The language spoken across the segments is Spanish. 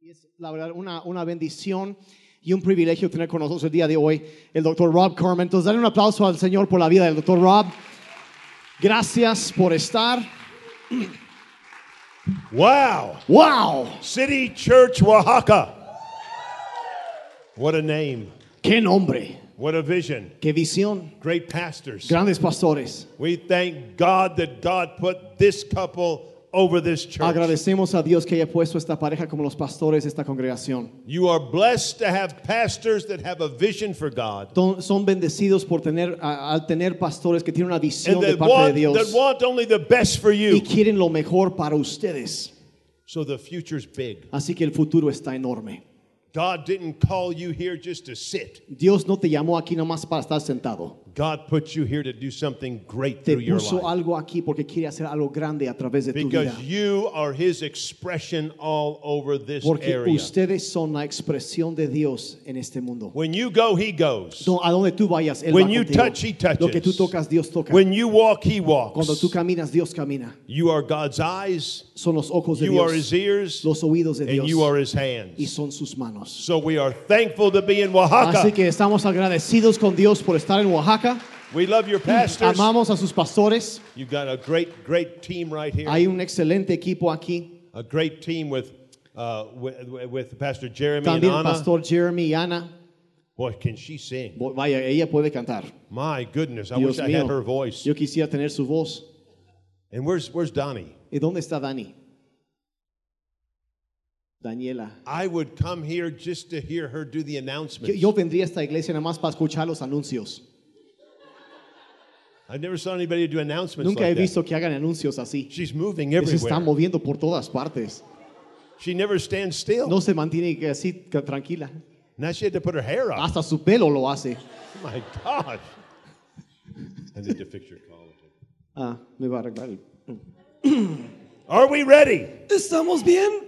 Y es, la verdad, una, una bendición y un privilegio tener con nosotros el día de hoy el doctor Rob Carmen. Entonces, dale un aplauso al Señor por la vida del doctor Rob. Gracias por estar. Wow. ¡Wow! City Church, Oaxaca. What a name. ¡Qué nombre! What a vision. ¡Qué visión! Great pastors. Grandes pastores. We thank God that God put this couple over this church. Agradecemos a Dios que haya puesto esta pareja como los pastores de esta congregación. You are blessed to have pastors that have a vision for God Ton- Son bendecidos por tener, a- al tener pastores que tienen una visión and de that parte de want, that Dios want only the best for y you. quieren lo mejor para ustedes. So the future's big. Así que el futuro está enorme. God didn't call you here just to sit. Dios no te llamó aquí nomás para estar sentado. God put you here to do something great Te through your puso life. algo aquí porque quiere hacer algo grande a través de tu vida. Because you are his expression all over this Porque area. ustedes son la expresión de Dios en este mundo. When you go, he goes. Do- A donde tú vayas, Él When va you contigo. touch, he touches. Lo que tú tocas, Dios toca. When you walk, he Cuando tú walks. caminas, Dios camina. You are God's eyes, Son los ojos de you are Dios, his ears, los oídos de and you Dios are his y hands. son sus manos. So we are thankful to be in Así Oaxaca. que estamos agradecidos con Dios por estar en Oaxaca. We love your pastors. Amamos a sus pastores. You've got a great, great team right here. Hay un excelente equipo aquí. A great team with, uh, with, with Pastor Jeremy and También el Anna. pastor Jeremy y Ana. Boy, can she sing? Bo- Vaya, ella puede cantar. My goodness, I Dios wish I mío, had her voice. yo quisiera tener su voz. And where's, where's Donnie? ¿Y dónde está Dani? Daniela. I would come here just to hear her do the announcements. Yo, yo vendría a esta iglesia nada más para escuchar los anuncios. I never saw anybody do announcements Nunca he like that. visto que hagan anuncios así. She's moving Se está everywhere. moviendo por todas partes. She never stands still. No se mantiene que así que tranquila. Now she had to put her hair up. Hasta su pelo lo hace. Oh my gosh. I need to fix your collar. Ah, me va a arreglar. el- Are we ready? ¿Estamos bien?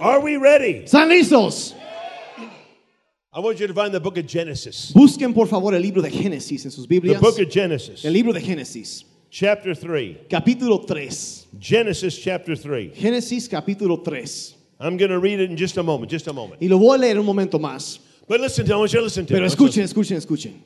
Are we ready? ¿Están listos? I want you to find the book of Genesis. Busquen por favor el libro de Génesis en sus The Biblias. book of Genesis, El libro de Génesis, chapter 3. capítulo 3. Genesis chapter 3. Génesis capítulo 3. I'm going to read it in just a moment, just a moment. Y lo voy a leer un momento más. But listen to, I want you to listen to it. Pero Let's listen. escuchen, escuchen, escuchen.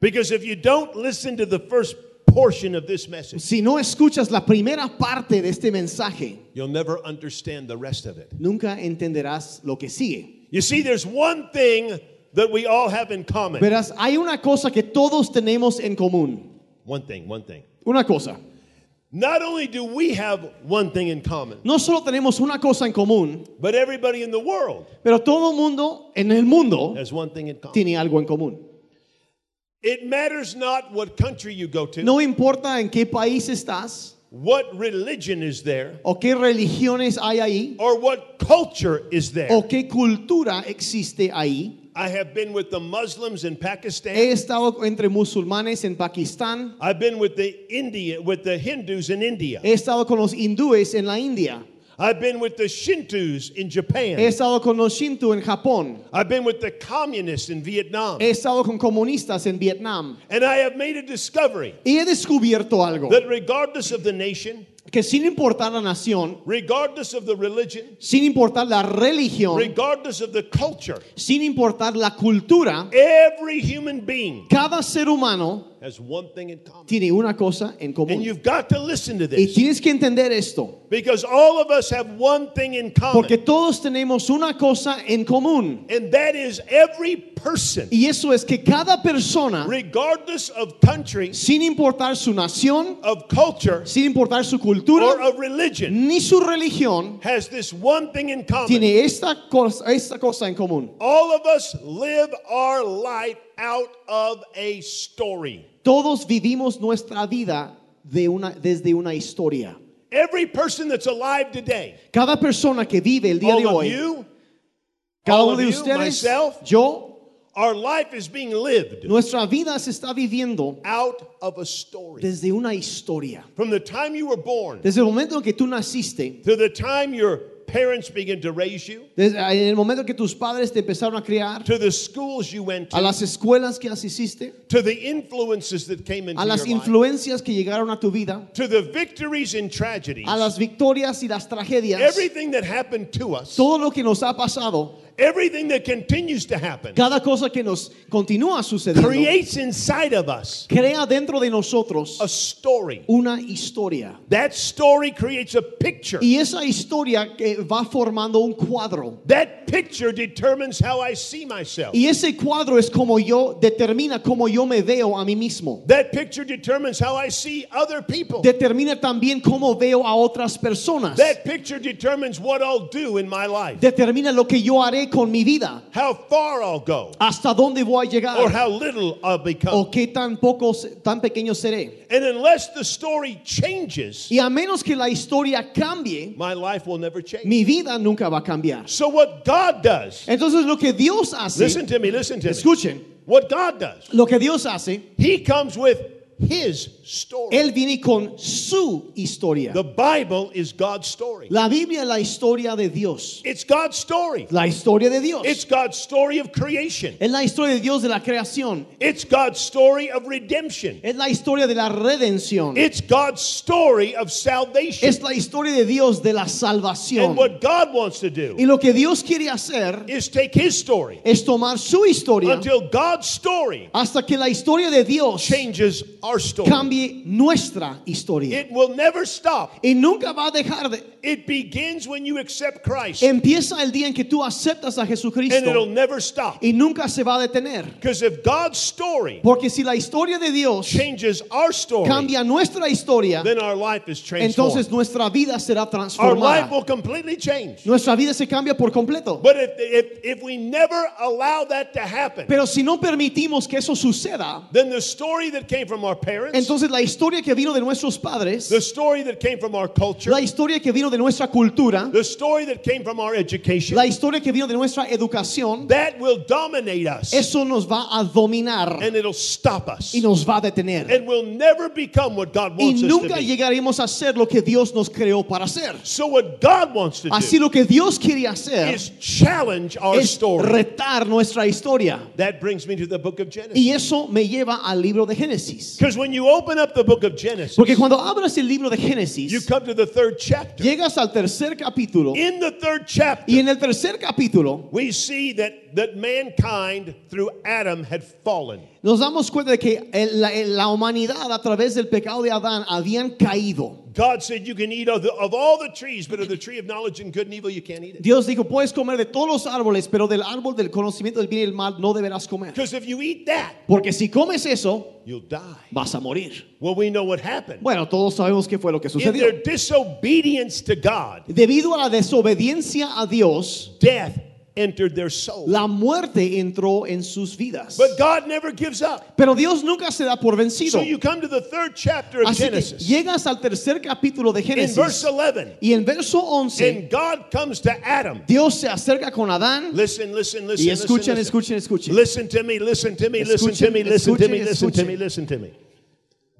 Because if you don't listen to the first portion of this message, Si no escuchas la primera parte de este mensaje, you'll never understand the rest of it. nunca entenderás lo que sigue. You see, there's one thing that we all have in common. Verás, hay una cosa que todos tenemos en común. One thing, one thing. Una cosa. Not only do we have one thing in common, No solo tenemos una cosa en común, but everybody in the world pero todo mundo en el mundo has one thing in common. tiene algo en común. It matters not what country you go to, No importa en qué país estás what religion is there, o qué religiones hay ahí or what culture is there. o qué cultura existe ahí. I have been with the Muslims in He Eh. Pakistan. estado entre musulmanes en Pakistán, I've been with the India with the Hindus in India. he estado con los hindúes en la India, I've been with the Shintos in he Japan. estado con los shinto en Japón, I've been with the communists in Vietnam. he estado con comunistas en Vietnam. And I have made a discovery Y he descubierto algo, that regardless of the nation, que sin importar la nación, regardless of the religion, sin importar la religión, regardless of the culture, sin importar la cultura, every human being Cada ser humano has one thing in common. tiene una cosa en And común. you've got to listen to Y this tienes que entender esto, because all of us have one thing in porque common, todos tenemos una cosa en común. and that is every person, Y eso es que cada persona, regardless of country, sin importar su nación, of culture, sin importar su or cultura, of religion, ni su religión, has this one thing in common. tiene esta cosa, esta cosa en común. All of us live our life out of a story. Todos vivimos nuestra vida de una, desde una historia. Every person that's alive today, Cada persona que vive el día de all of hoy, you, cada all uno of de you, ustedes, myself. yo, our life is being lived nuestra vida se está viviendo out of a story. desde una historia. From the time you were born Desde el momento en que tú naciste to the time your parents begin to raise you, Desde- en el momento que tus padres te empezaron a criar, to the schools you went a to, las escuelas que asististe, to the influences that came into a las your life, influencias que llegaron a tu vida, to the victories and tragedies, a las victorias y las tragedias, everything that happened to us, todo lo que nos ha pasado, everything that continues to happen, cada cosa que nos continúa sucediendo, creates inside of us crea dentro de nosotros a story. una historia. That story creates a picture. Y esa historia que va formando un cuadro. That picture determines how I see myself. Y ese cuadro es como yo determina cómo yo me veo a mí mismo. That picture determines how I see other people. Determina también cómo veo a otras personas. That picture determines what I'll do in my life, Determina lo que yo haré con mi vida. how far I'll go, Hasta dónde voy a or llegar. how little I'll O become. qué tan poco, tan pequeño seré. And unless the story changes, Y a menos que la historia cambie, my life will never change. mi vida nunca va a cambiar. So, what God does, Entonces lo que Dios hace, listen to me, listen to me. escuchen, What God does, lo que Dios hace, He comes with His story. Él viene con su historia. The Bible is God's story. La Biblia es la historia de Dios. It's God's story. La historia de Dios. It's God's story of creation. Es la historia de Dios de la creación. It's God's story of redemption. Es la historia de la redención. It's God's story of salvation. Es la historia de Dios de la And salvación. what God wants to Y do lo que Dios quiere hacer is take His story es tomar su historia until God's story hasta que la historia de Dios changes our story. cambie nuestra historia. It will never stop. Y nunca va a dejar de... It begins when you accept Christ, and Empieza el día en que tú aceptas a it'll Jesucristo never stop. y nunca se va a detener. Because if God's story Porque si la historia de Dios changes our story, cambia nuestra historia, then our life is transformed. entonces nuestra vida será Our life transformada. will completely change. Nuestra vida se cambia por completo. But if, if, if we never allow that to happen, Pero si no permitimos que eso suceda, then the story that came from our parents, entonces la historia que vino de nuestros padres, the story that came from our culture, la historia que vino de nuestra cultura, the story that came from our education, la historia que vino de nuestra educación, that will dominate us eso nos va a dominar and it'll stop us. y nos va a detener. And we'll never become what God Y wants us to nunca be. llegaremos a ser lo que Dios nos creó para ser. So, what God wants to Así do lo que Dios quiere hacer is challenge our es story. retar nuestra historia. That brings me to the book of Genesis. Y eso me lleva al libro de Génesis. Because when you open up the book of Genesis, Porque cuando abras el libro de you Génesis, come to the third chapter. llegas al tercer capítulo. In the third chapter, Y en el tercer capítulo we see that, that mankind through Adam had fallen. nos damos cuenta de que el- la, el- la humanidad a través del pecado de Adán habían caído. God said, You can eat of, the, of all the trees, but of the tree of knowledge and good and evil, you can't eat it. Dios dijo, puedes comer de todos los árboles, pero del árbol del conocimiento del bien y el mal no deberás comer. Because if you eat that, Porque si comes eso, you'll die. vas a morir. Well, we know what happened. Bueno, todos sabemos qué fue lo que In sucedió. their disobedience to God, Debido a la desobediencia a Dios, death entered their soul. la muerte entró en sus vidas. But God never gives up. Pero Dios nunca se da por vencido. So you come to the third chapter of Así que Genesis, llegas al tercer capítulo de in verse Génesis 11, y en verso 11 and God comes to Adam. Dios se acerca con Adán Listen, listen, listen. y listen, escuchen, escuchen, listen. escuchen. Listen to me, listen to me, listen to me, Escuchen, listen to me, escuchen, listen to escuchen. me, listen to me.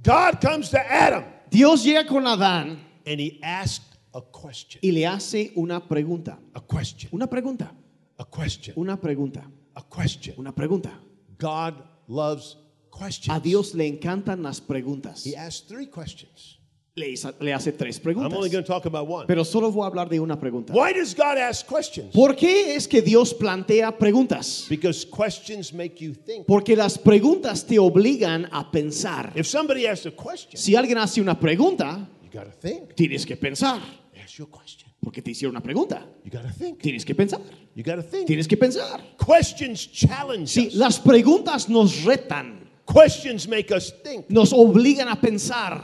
God comes to Adam Dios llega con Adán and he asked a question. y le hace una pregunta. A question. Una pregunta, A question. una pregunta, A question. una pregunta. God loves questions. A Dios le encantan las preguntas. He asked three questions. Le, hizo- le hace tres I'm only preguntas. going to talk about one. Pero solo voy a hablar de una pregunta. Why does God ask questions? ¿Por qué es que Dios plantea preguntas? Because questions make you think. Porque las preguntas te obligan a pensar. If somebody asks a question, Si alguien hace una pregunta, you got to think. tienes que pensar. Ask your question. Porque te hicieron una pregunta. You got to think. Tienes que pensar. You got to think. Tienes que pensar. Questions challenge Sí, us. las preguntas nos retan, Questions make us think. nos obligan a pensar.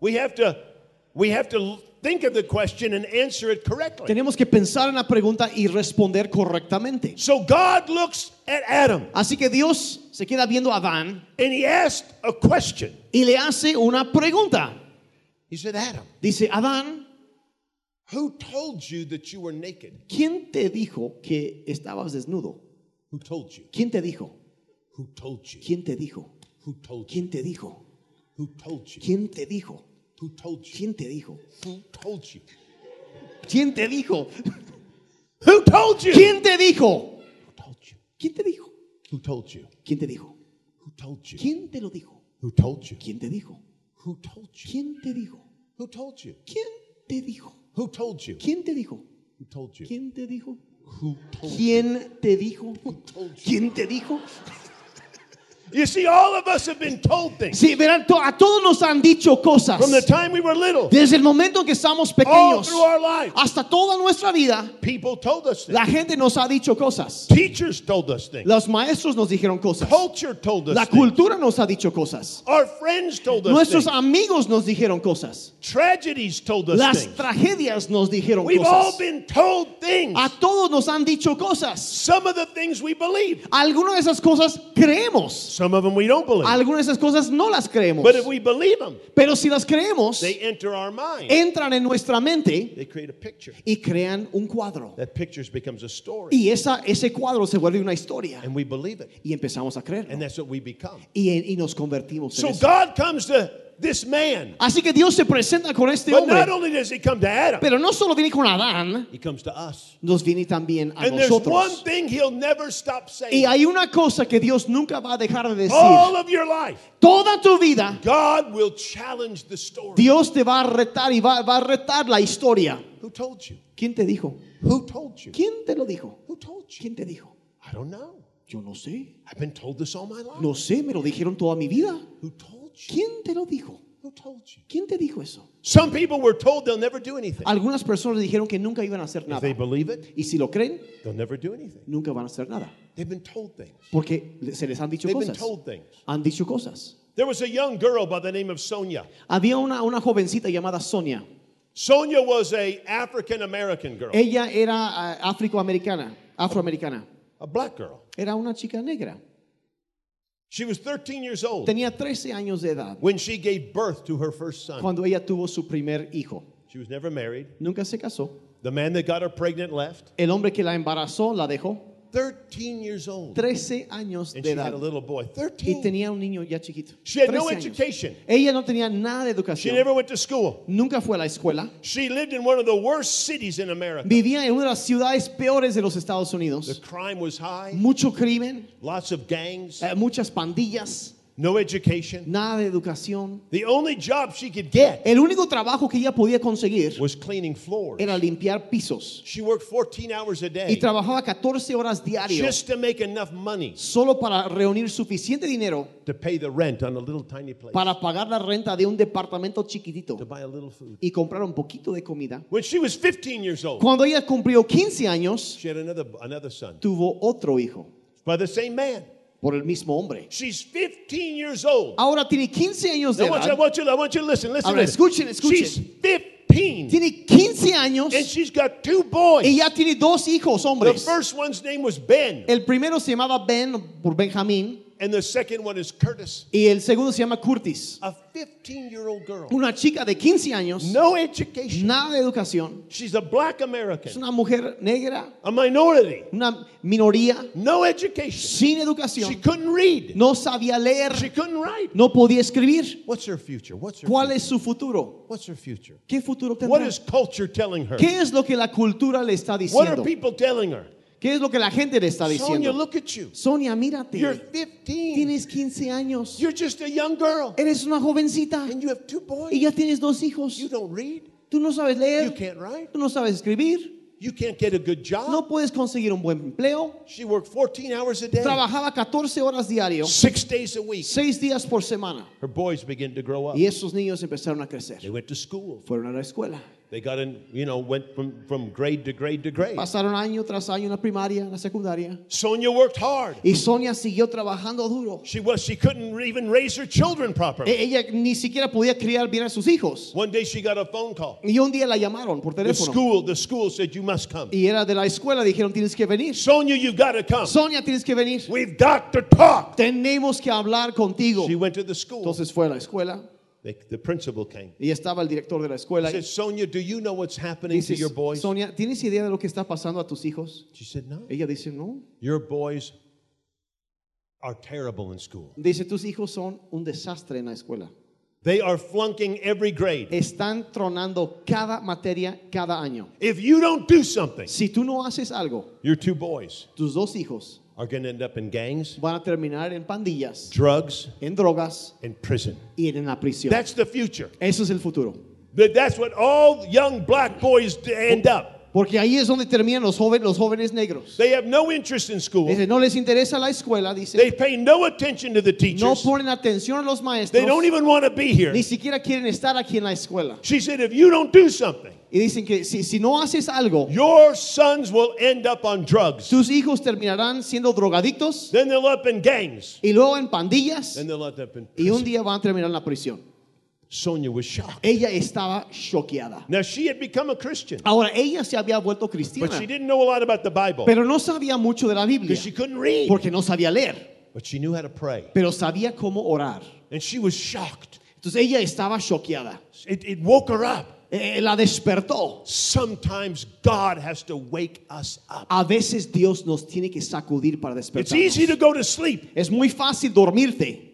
We have to we have to l- think of the question and answer it correctly. Tenemos que pensar en la pregunta y responder correctamente. So God looks at Adam Así que Dios se queda viendo a Adán and he asked a question. y le hace una pregunta. He said, "Adam, Dice, Adán, who told you that you were naked? ¿quién te dijo que estabas desnudo? Who told you? ¿Quién te dijo? Who told you? ¿Quién te dijo? Who told you? ¿Quién te dijo? Who told you? ¿Quién te dijo? Who told you? ¿Quién te dijo? Who told you? ¿Quién te dijo? Who told you? ¿Quién te dijo? Who told you? ¿Quién te dijo? Who told you? ¿Quién te dijo? Who told you? ¿Quién te lo dijo? Who told you? ¿Quién te dijo? Who told you? ¿Quién te dijo? Who told you? ¿Quién te dijo? Who ¿Quién te dijo? told you? Who told ¿Quién te dijo? you? Who told you? ¿Quién te dijo? ¿Quién te dijo? You see, all of us have been told things Sí, verán, to- a todos nos han dicho cosas. from the time we were little, Desde el momento en que estamos all pequeños through our life. hasta toda nuestra vida, People told us things. la gente nos ha dicho cosas. Teachers told us things. Los maestros nos dijeron cosas. Culture told us La things. cultura nos ha dicho cosas. Our friends told us Nuestros things. amigos nos dijeron cosas. Tragedies told us Las things. tragedias nos dijeron We've all cosas. been told things. A todos nos han dicho cosas. Some of the things we believe, Algunas de esas cosas creemos. some of them we don't believe. Algunas de esas cosas no las creemos. But if we believe them, Pero si las creemos, they enter our mind. entran en nuestra mente They create a picture. y crean un cuadro. That picture becomes a story. Y esa, ese cuadro se vuelve una historia. And we believe it. Y empezamos a creer. And that's what we become. Y, y nos convertimos en So eso. God comes to this man. Así que Dios se presenta con este But not hombre. only does he come to Adam, Pero no solo viene con Adán, he comes to us. nos viene también a And there's one nosotros. thing he'll never stop Y saying. hay una cosa que Dios nunca va a dejar de decir. All of your life, Toda tu vida, God will challenge the story. Dios te va a retar y va, va a retar la historia. Who told you? ¿Quién te dijo? Who told you? ¿Quién te lo dijo? Who told you? ¿Quién te dijo? I don't know. Yo no sé. I've been told this all my life. No sé, me lo dijeron toda mi vida. Who told you? ¿Quién te lo dijo? Who told you? ¿Quién te dijo eso? Some people were told they'll never do anything. Algunas personas dijeron que nunca iban a hacer If nada. they believe it, Y si lo creen, they'll never do anything. nunca van a hacer nada. They've been told things. Porque le- se les han dicho They've been cosas. told things. Han dicho cosas. There was a young girl by the name of Sonia. Había una, una jovencita llamada Sonia. Sonia was a African American girl, Ella era ah, afroamericana, afroamericana. a black girl. Era una chica negra. She was 13 years old Tenía 13 años de edad when she gave birth to her first son. cuando ella tuvo su primer hijo. She was never married. Nunca se casó. The man that got her pregnant left. El hombre que la embarazó la dejó 13 years old. 13 años And de she had edad a little boy. y 13. tenía un niño ya chiquito. She had no 13 años. education. Ella no tenía nada de She educación. never went to school. Nunca fue a la escuela. She lived in one of the worst cities in America. Vivía en una de las ciudades peores de los Estados The Unidos. crime was high, Mucho crimen, lots of gangs, eh, muchas pandillas, no education. nada de educación. The only job she could get El único trabajo que ella podía conseguir was cleaning floors. Eh. era limpiar pisos She worked 14 hours a y day trabajaba 14 horas diarias just to make enough money solo para reunir suficiente dinero to pay the rent on a little tiny place, para pagar la renta de un departamento to chiquitito buy a little food. y comprar un poquito de comida. When she was 15 years old, Cuando ella cumplió 15 años, she had another, another son tuvo otro hijo by the same man. por el mismo hombre. She's 15 years old. Ahora tiene 15 años de I want you, I edad. want you, I want you to listen, listen. Ahora, listen. escuchen, escuchen. She's 15 Tiene 15 años and she's got two y boys. ya tiene dos hijos The hombres. first one's name was Ben, El primero se llamaba Ben por Benjamín and the second one is Curtis. y el segundo se llama Curtis. A 15 year old girl. Una chica de 15 años, No education. nada de educación, She's a black es American, una mujer negra, a minority. una minoría No education. sin She educación, couldn't read. no sabía She leer, couldn't write. no podía escribir. What's her future? What's her ¿Cuál future? es su futuro? What's her future? ¿Qué futuro What tendrá? is culture telling her? ¿Qué es lo que la cultura le está What are diciendo? people telling her? ¿Qué es lo que la gente le está Sonia, diciendo? look at you. Sonia, You're mírate. 15. Tienes 15 años. You're just a young girl. Eres una jovencita And you have two y boys. ya tienes dos hijos. You don't read. Tú no sabes You leer, can't Ah. write. tú no sabes escribir, You can't get a good job. no puedes conseguir un buen empleo. She worked 14 hours a day, Trabajaba 14 horas diario, six days a week. 6 días por semana. Her boys began to grow up. Y esos niños empezaron a They crecer. went to school. Fueron a la escuela. They got in, you know, went from, from grade to grade to grade. Pasaron año tras año en la primaria, en la secundaria. Sonia worked hard. Y Sonia siguió trabajando duro. She was she couldn't even raise her children properly. E- Ella ni siquiera podía criar bien a sus hijos. One day she got a phone call. Y un día la llamaron por The teléfono. Eh. school, the school said you must come. Y era de la escuela, dijeron, tienes que venir. Sonia, you've got to come. Sonia, tienes que venir. We've got to talk. Tenemos que hablar contigo. She went to the school. Entonces fue a la escuela The, the principal came. y estaba el director de la He escuela. said, Y Sonia, do you know what's happening to dice, your boys? Sonia, ¿tienes idea de lo que está pasando a tus hijos? She said, No. Ella dice, no. Your boys are terrible in school. Dice, tus hijos son un desastre en la escuela. They are flunking every grade. Están tronando cada materia cada año. If you don't do something, Si tú no haces algo, your two boys tus dos hijos are going to end up in gangs, van a terminar en pandillas, drugs, en drogas and prison. y en la prisión. That's the future. Eso es el futuro. That- That's what all young black boys d- end up. Porque ahí es donde terminan los jóvenes, los jóvenes negros. They have no interest in school. Dice, no les interesa la escuela, dice. They pay no attention to the No teachers. ponen atención a los They maestros. don't even want to be here. Ni siquiera quieren estar aquí en la escuela. She said, if you don't do something, Y dicen que si, si no haces algo, your sons will end up on drugs. tus hijos terminarán siendo drogadictos Then they'll up in gangs. y luego en pandillas Then they'll end up in y un prison. día van a terminar en la prisión. Sonia was shocked. Ella estaba choqueada. Now, she had become a Christian, Ahora, ella se había vuelto but cristiana, she didn't know a lot about the Bible pero no sabía mucho de la Biblia because she couldn't read. porque no sabía leer, But she knew how to pray. pero sabía cómo orar. And she was shocked. Entonces ella estaba choqueada. It, it woke her up. Eh, la despertó. Sometimes God has to wake us up. A veces Dios nos tiene que sacudir para It's despertar. easy to go to sleep, Es muy fácil dormirte,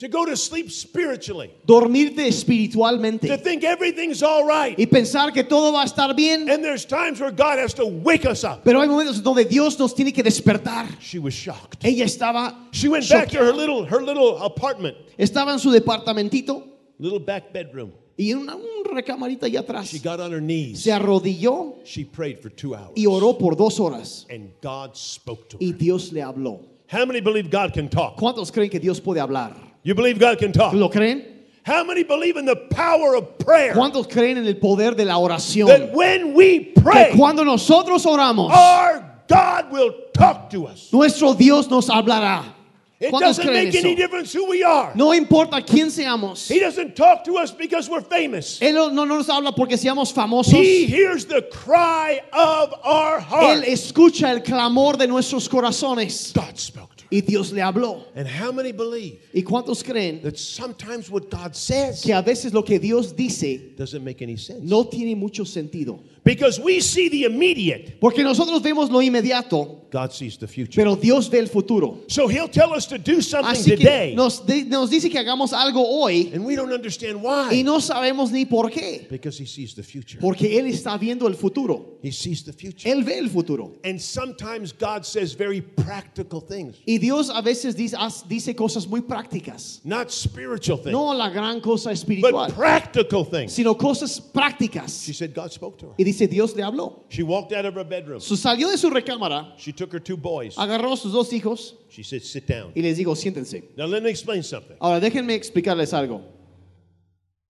to go to sleep spiritually, dormirte to espiritualmente think everything's all right. y pensar que todo va a estar bien, And there's times where God has to wake us up. pero hay momentos donde Dios nos tiene que despertar. She was shocked. Ella estaba She went back to her choqueada. little her little apartment, estaba en su departamentito little back bedroom. y en una un recamarita allá atrás She got on her knees. se arrodilló She prayed for two hours. y oró por dos horas And God spoke to her. y Dios le habló. How many believe God can talk? ¿Cuántos creen que Dios puede hablar? You believe God can talk? ¿Lo creen? How many believe in the power of prayer? ¿Cuántos creen en el poder de la That oración? when we Que pray, cuando nosotros oramos, our God will talk to us. nuestro Dios nos hablará. It ¿Cuántos doesn't creen make any eso? difference who we are. No importa quién seamos. He doesn't talk to us because we're famous. Él no, no nos habla porque seamos famosos. He hears the cry of our Él heart. escucha el clamor de nuestros corazones. God spoke to her. Y Dios le habló. And how many believe? ¿Y cuántos creen that sometimes what God says que a veces lo que Dios dice doesn't make any sense. no tiene mucho sentido? Because we see the immediate, Porque nosotros vemos lo inmediato, God sees the future. pero Dios ve el futuro. So He'll tell us to do something Así que today, nos, di- nos dice que hagamos algo hoy and we don't understand y why. no sabemos ni por qué. Because He sees the future. Porque Él está viendo el futuro. He sees the future. Él ve el futuro. And sometimes God says very practical things, Y Dios a veces dice, haz- dice cosas muy prácticas. not spiritual things, No la gran cosa but espiritual, practical things. sino cosas She prácticas. said God spoke to her. Y dice, Dios le habló. She walked out of her bedroom. So, salió de su recámara, She took her two boys. agarró a sus dos hijos She said, Sit down. Ah. y les dijo, siéntense. Now, let me explain something. Ahora, déjenme explicarles algo.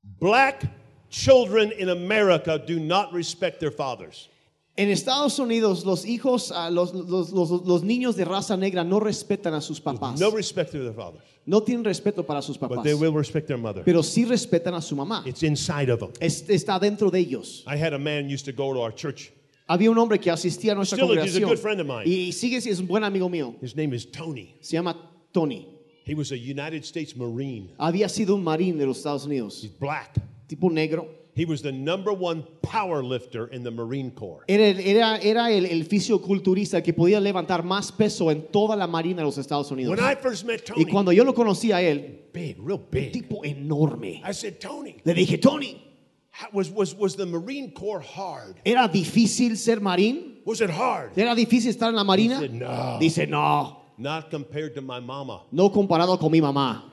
Black children in America do not respect their fathers. En Estados Unidos, los hijos, ah, los, los- los- los niños de raza negra no respetan a sus papás. No respect to their fathers, No tienen respeto para sus but papás, they will respect their mother. pero sí respetan a su mamá. It's inside of them. Es- está dentro de ellos. I had a man used to go to our church. Había un hombre que asistía a nuestra Still, he's a congregación good friend of mine. y sigue siendo un buen amigo mío. His name is Tony. Se llama Tony. He was a United States Marine. Había sido un marín de los Estados Unidos, He's black. tipo negro. He was the number one power lifter in the Marine Corps. Era, el- era, era el, el fisioculturista que podía levantar más peso en toda la marina de los Estados Unidos. When I first met Tony, Y cuando yo lo conocí a él, big, real big, tipo enorme, I said, Tony, le dije, Tony, how- was, was, was the Marine Corps hard? ¿era difícil ser marín? Was it hard? ¿Era difícil estar en la He marina? said, no, Dice, no, not compared to my mama. no comparado con mi mamá.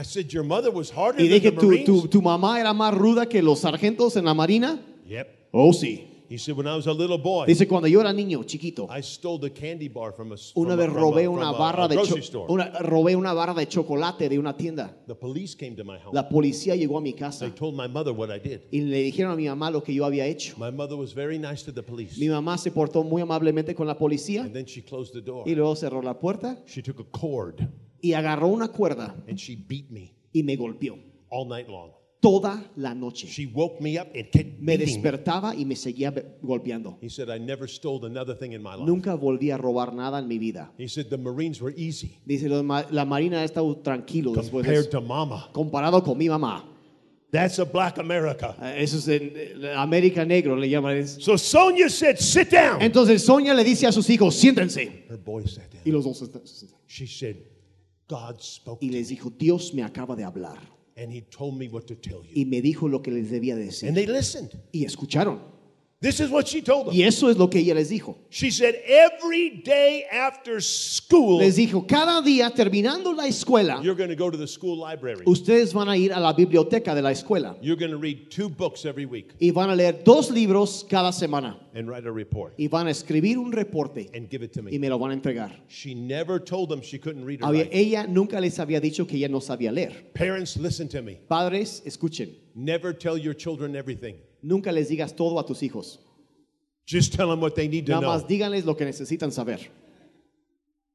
I said, your mother was harder Y than the dije, ¿tu, Marines? tu, tu mamá era más ruda que los sargentos en la marina? Yep. Oh, sí. He said, when I was a little boy, Dice, cuando yo era niño, chiquito, I stole the candy bar from a from una a- vez from a- robé from una a- a barra de grocery cho- store. una- robé una barra de chocolate de una tienda. The police came to my house. La policía llegó a mi They casa told my mother what I did. y le dijeron a mi mamá lo que yo había hecho. My mother was very nice to the police. Mi mamá se portó muy amablemente con la policía And then she closed the door. y luego cerró la puerta She took a cord y agarró una cuerda and she beat me y me golpeó all night long. toda la noche. She woke me up and kept Me beating me. despertaba y me seguía be- golpeando. He said, I never stole another thing in my life. Nunca volví a robar nada en mi vida. He said, the Marines were easy Dice, "Los ma- la Marina ha estado tranquilo después de compared eso, to mama. comparado con mi mamá. That's a black America. Eh, Eso es en eh, América Negro, le llaman. eso. So Sonia said, sit down. Entonces Sonia le dice a sus hijos, siéntense. Her boy sat Y down. los dos están- She said, God spoke y to me, les dijo, Dios me acaba de hablar and He told me what to tell you. y me dijo lo que les debía de decir. And they listened. Y escucharon. This is what she told them. Y eso es lo que ella les dijo. She said, Every day after school, Les dijo, cada día terminando la escuela, you're going to go to the school library. ustedes van a ir a la biblioteca de la escuela You're going to read two books every week y van a leer dos libros cada semana and write a report y van a escribir un reporte and give it to y me. me lo van a entregar. She never told them she couldn't read or Había- write. ella nunca les había dicho que ella no sabía leer. Parents, listen to me. Padres, escuchen, Never tell your children everything. nunca les digas todo a tus hijos. Just tell them what they need to Nada know. más díganles lo que necesitan saber.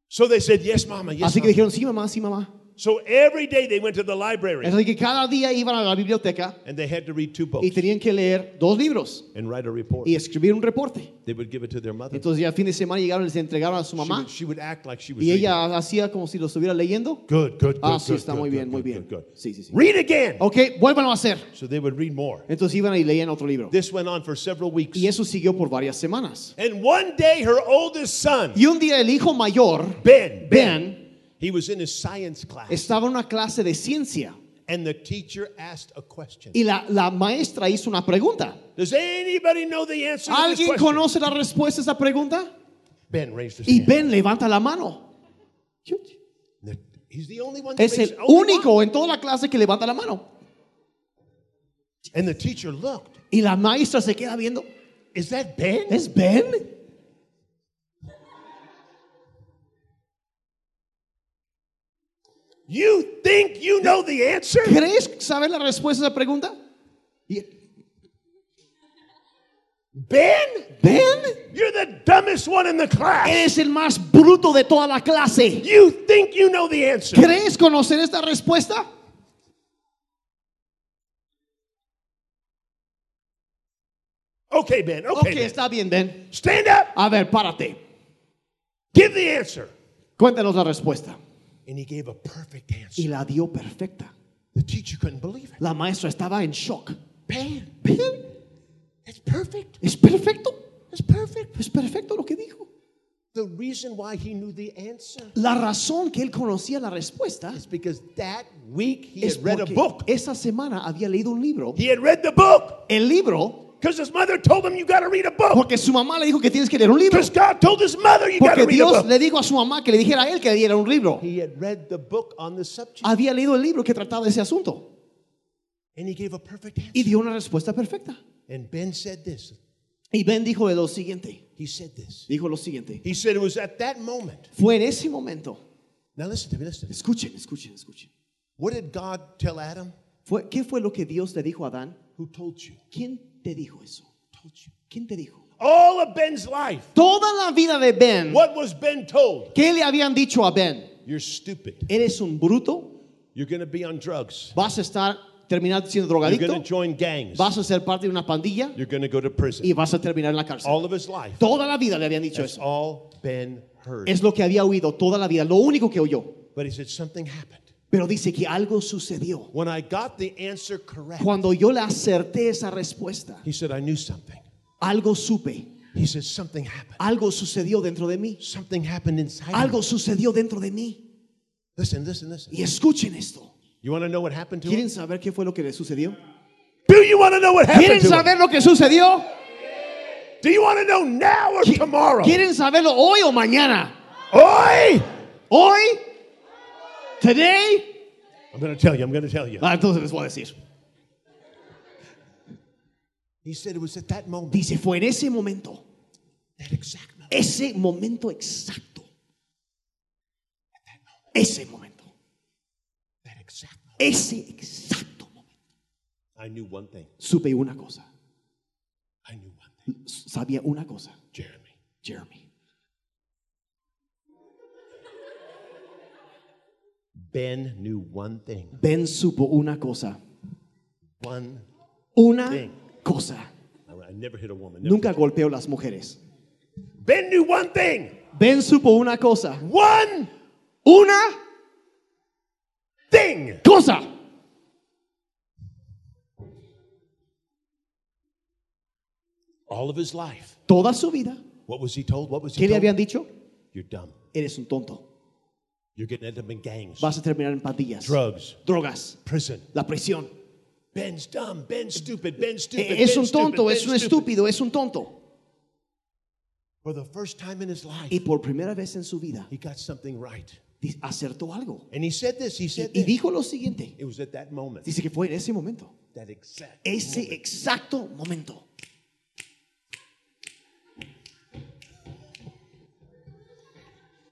So they said, Yes, Mama, yes. Así que Mama." dijeron, sí, mamá, sí, mamá. So every day they went to the library Así que cada día iban a la biblioteca and they had to read two y books tenían que leer dos libros and write a report. y escribir un reporte. They would give it to their mother. Entonces ya el fin de semana llegaron y les entregaron a su She mamá would, she would act like she was y reading. ella hacía como si lo estuviera leyendo. Good, good, good. Ah, sí, good, está good, muy good, bien, muy good, bien. good, good. Sí, Oh. sí, sí. Read again. Ok, vuélvanlo a hacer. So they would read more. Entonces iban y leían otro libro. This went on for several weeks. Y eso siguió por varias semanas. And one day her oldest son, Y un día el hijo mayor, Ben, Ben, he was in his science class estaba en una clase de ciencia and the teacher asked a question. y la, la maestra hizo una pregunta. Does anybody know the answer to this ¿Alguien question? conoce la respuesta a esa pregunta? Ben raised his Y hand. Ben levanta la mano. The- He's the only one. that Es raised- el only one. único en toda la clase que levanta la mano. And the teacher looked. Y la maestra se queda viendo. Is that Ben? ¿Es Ben? You think you know the answer? ¿Crees saber la respuesta a esa pregunta? Y- Ben? ¿Ben? You're the dumbest one in the class. Eres el más bruto de toda la clase. You think you know the answer. ¿Crees conocer esta respuesta? Okay, Ben. Ok, Okay. Ben. está bien, Ben. Stand up. A ver, párate. Give the answer. Cuéntanos la respuesta. And he gave a perfect Y answer. la dio perfecta. The teacher couldn't believe it. La maestra estaba en shock. Ben, Ben, it's perfect. es perfecto. It's perfect. Es perfecto lo que dijo. The reason why he knew the answer La razón que él conocía la respuesta is because that week he es had read a porque book. esa semana había leído un libro. He had read the book El libro, because his mother told him you got to read a book. porque su mamá le dijo que tienes que leer un libro. Because God told his mother you got Porque to read a Dios book. le dijo a su mamá que le dijera a él que le diera un libro. He had read the book on the subject Había leído el libro que trataba de ese asunto and he gave a perfect answer. y dio una respuesta perfecta. And Ben said this. Y Ben dijo lo siguiente, He said this. dijo lo siguiente. He said it was at that moment. Fue en ese momento. Now listen to me, listen. Escuchen, escuchen, escuchen. What did God tell Adam? Fue, ¿Qué fue lo que Dios le dijo a Adán? Who told you? ¿Quién te dijo eso? Told you. ¿Quién te dijo? All of Ben's life. Toda la vida de Ben, What was Ben told? ¿qué le habían dicho a Ben? You're stupid. Eres un bruto, You're going to be on drugs. vas a estar terminando siendo You're going drogadicto, to join gangs. vas a ser parte de una pandilla You're going to go to y prison. vas a terminar en la cárcel. All of his life. Toda la vida le habían dicho Oh. That's eso. all Ben heard. Es lo que había oído toda la vida, lo único que oyó. But he said something happened. Pero dice que algo sucedió. When I got the answer correct, Cuando yo le acerté esa respuesta, he said, I knew something. algo supe, He said, something happened. algo sucedió dentro de mí, Something happened inside. him. algo sucedió dentro de mí. Listen, listen, listen. Y escuchen esto. You want to know what happened to him? ¿Quieren saber qué fue lo que le sucedió? Do you want to know what happened ¿Quieren to him? saber lo que sucedió? Do you want to know now or tomorrow? ¿Quieren saberlo hoy o mañana? Oi! ¿Hoy? ¿Today? I'm going to tell you. I'm going to tell you. Ah, entonces les voy a decir. He said it was at that moment, Dice, fue en ese momento, that exact moment. ese momento exacto. Ese momento, That exact moment. ese exacto momento. I knew one thing. Supe una cosa. I knew one thing. sabía una cosa, Jeremy, Jeremy. Ben knew one thing. Ben supo una cosa, One. una Sí. cosa. I I never hit a woman. never- Nunca golpeó las mujeres. Ben knew one thing. Ben supo una cosa, One una thing. cosa. All of his life. Toda su vida, What was he told? What was he ¿qué le told? habían dicho? You're dumb. Eres un tonto. You're going to end up in gangs, Vas a terminar en pandillas, drugs, drogas, prison. la prisión. Ben's dumb, Ben's stupid, Ben's stupid. Eh, Es Ben's un tonto, stupid, es un Ben's stupid. estúpido, es un tonto. For the first time in his life, Y por primera vez en su vida he got something right. di- acertó algo. And he said this, he said Y this. dijo lo siguiente. It was at that moment, Dice que fue en ese momento, that exact. ese exacto momento.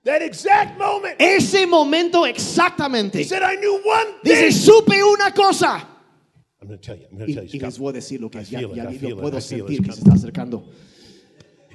That exact moment. Ese momento exactamente. He said, I knew one thing. Dice, supe una cosa. I'm going to tell you. I'm going to Y, tell y you. les It's, voy a decir lo que I es. Ya, feel it, ya I lo feel it, puedo I feel sentir it. que se está acercando.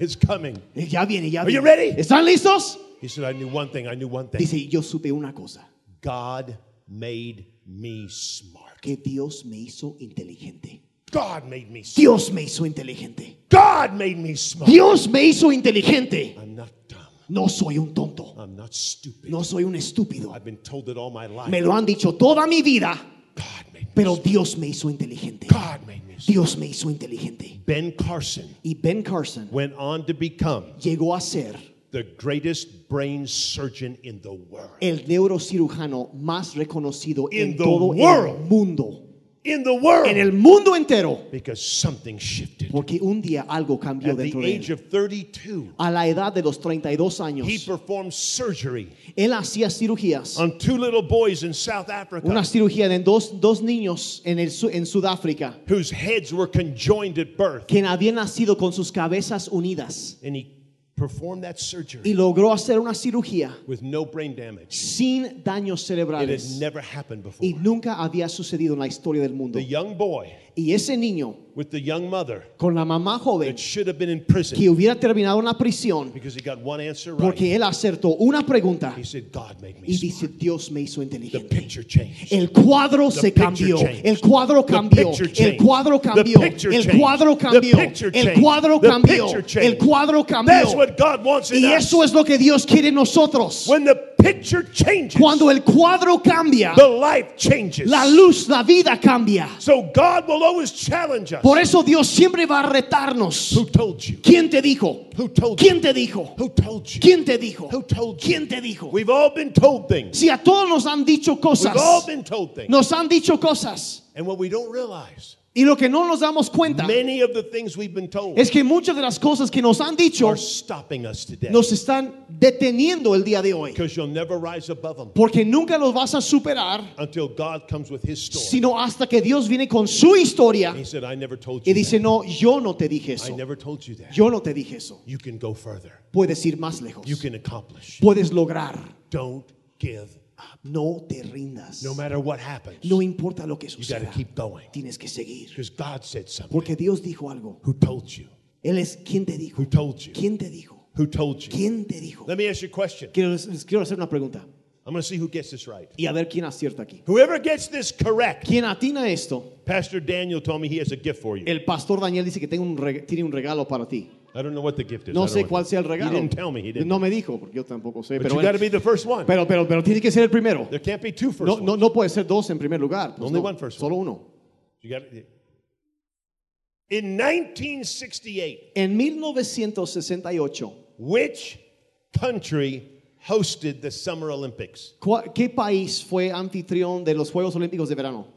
it's coming. Eh, Ya viene, ya Are you viene. ready? ¿Están listos? He said, I knew one thing. I knew one thing. Dice, yo supe una cosa, God made me smart. que Dios me hizo inteligente. God made me smart. Dios me hizo inteligente. God made me smart. Dios me hizo inteligente. I'm not dumb. No soy un tonto. I'm not stupid. No soy un estúpido. I've been told it all my life. Me lo han dicho toda mi vida, God made me pero Dios me hizo inteligente. God made me smart. Dios me hizo inteligente. Ben Carson Y Ben Carson went on to become llegó a ser the greatest brain surgeon in the world. el neurocirujano más reconocido In en the todo el world. mundo. In the world. En el mundo entero. because something shifted. Porque un día algo cambió At dentro the de age él. of 32, A la edad de los 32 he años, performed surgery él hacía cirugías. on two little boys in South Africa Una cirugía de dos, dos niños en, el, su- en Sudáfrica whose heads were conjoined at birth. que habían nacido con sus cabezas unidas And he performed that y surgery logró hacer una cirugía with no brain damage. sin daños It had cerebrales never happened y before. nunca había sucedido en la historia del mundo. The young boy Y ese niño, with the young mother con la mamá joven, that should have been in que prison hubiera terminado en la prisión because he got one answer right. porque él acertó una pregunta He said, God made me y smart. dice Dios me hizo The inteligente. picture changed. El cuadro se The picture cambió, changed. el cuadro The cambió, picture el changed. cuadro The cambió, picture el changed. cuadro The cambió, picture el changed. cuadro The cambió, picture changed. el cuadro That's cambió. what God wants in Y us. eso es lo que Dios quiere en nosotros. When the picture changes, Cuando el cuadro cambia, the life changes. la luz, la vida cambia. So God will always challenge us. Por eso Dios siempre va a retarnos. Who told you? ¿Quién te dijo? Who told you? ¿Quién te dijo? Who told you? ¿Quién te dijo? Who told you? ¿Quién te dijo? We've all been told things. Si a todos nos han dicho We've cosas, all been told things. nos han dicho cosas And what we don't realize, y lo que no nos damos cuenta many of the things we've been told es que muchas de las cosas que nos han dicho are stopping us today nos están deteniendo el día de hoy because you'll never rise above them porque nunca los vas a superar until God comes with his story. sino hasta que Dios viene con su historia He said, I never told y you dice that. no yo no te dije I eso never told you that. yo no te dije eso You can go further. puedes ir más lejos You can accomplish. puedes lograr Don't give up. no te rindas No matter what happens, no importa lo que you got to suceda keep going tienes que seguir because God said something. porque Dios dijo algo Who told you? él es quien te dijo Who told you? quién te dijo Who told you? quién te dijo Let me ask you a question. quiero les quiero hacer una pregunta I'm going to see who gets this right. y a ver quién acierta aquí Whoever gets this correct, quien atina esto Pastor Daniel told me he has a gift for you. El pastor Daniel dice que tengo un reg- tiene un regalo para ti. I don't know what the gift is. I No don't sé know cuál what- sea el regalo. He didn't tell me. He didn't. No me dijo, porque yo tampoco sé. but Pero, you got to be the first one. pero, pero, pero tiene que ser el primero. there can't be two first No, ones. no, no puede ser dos en primer lugar. Pues Only no, one first solo uno. You got In 1968, En 1968, which country hosted the Summer Olympics? ¿cuá- ¿qué país fue anfitrión de los Juegos Olímpicos de verano?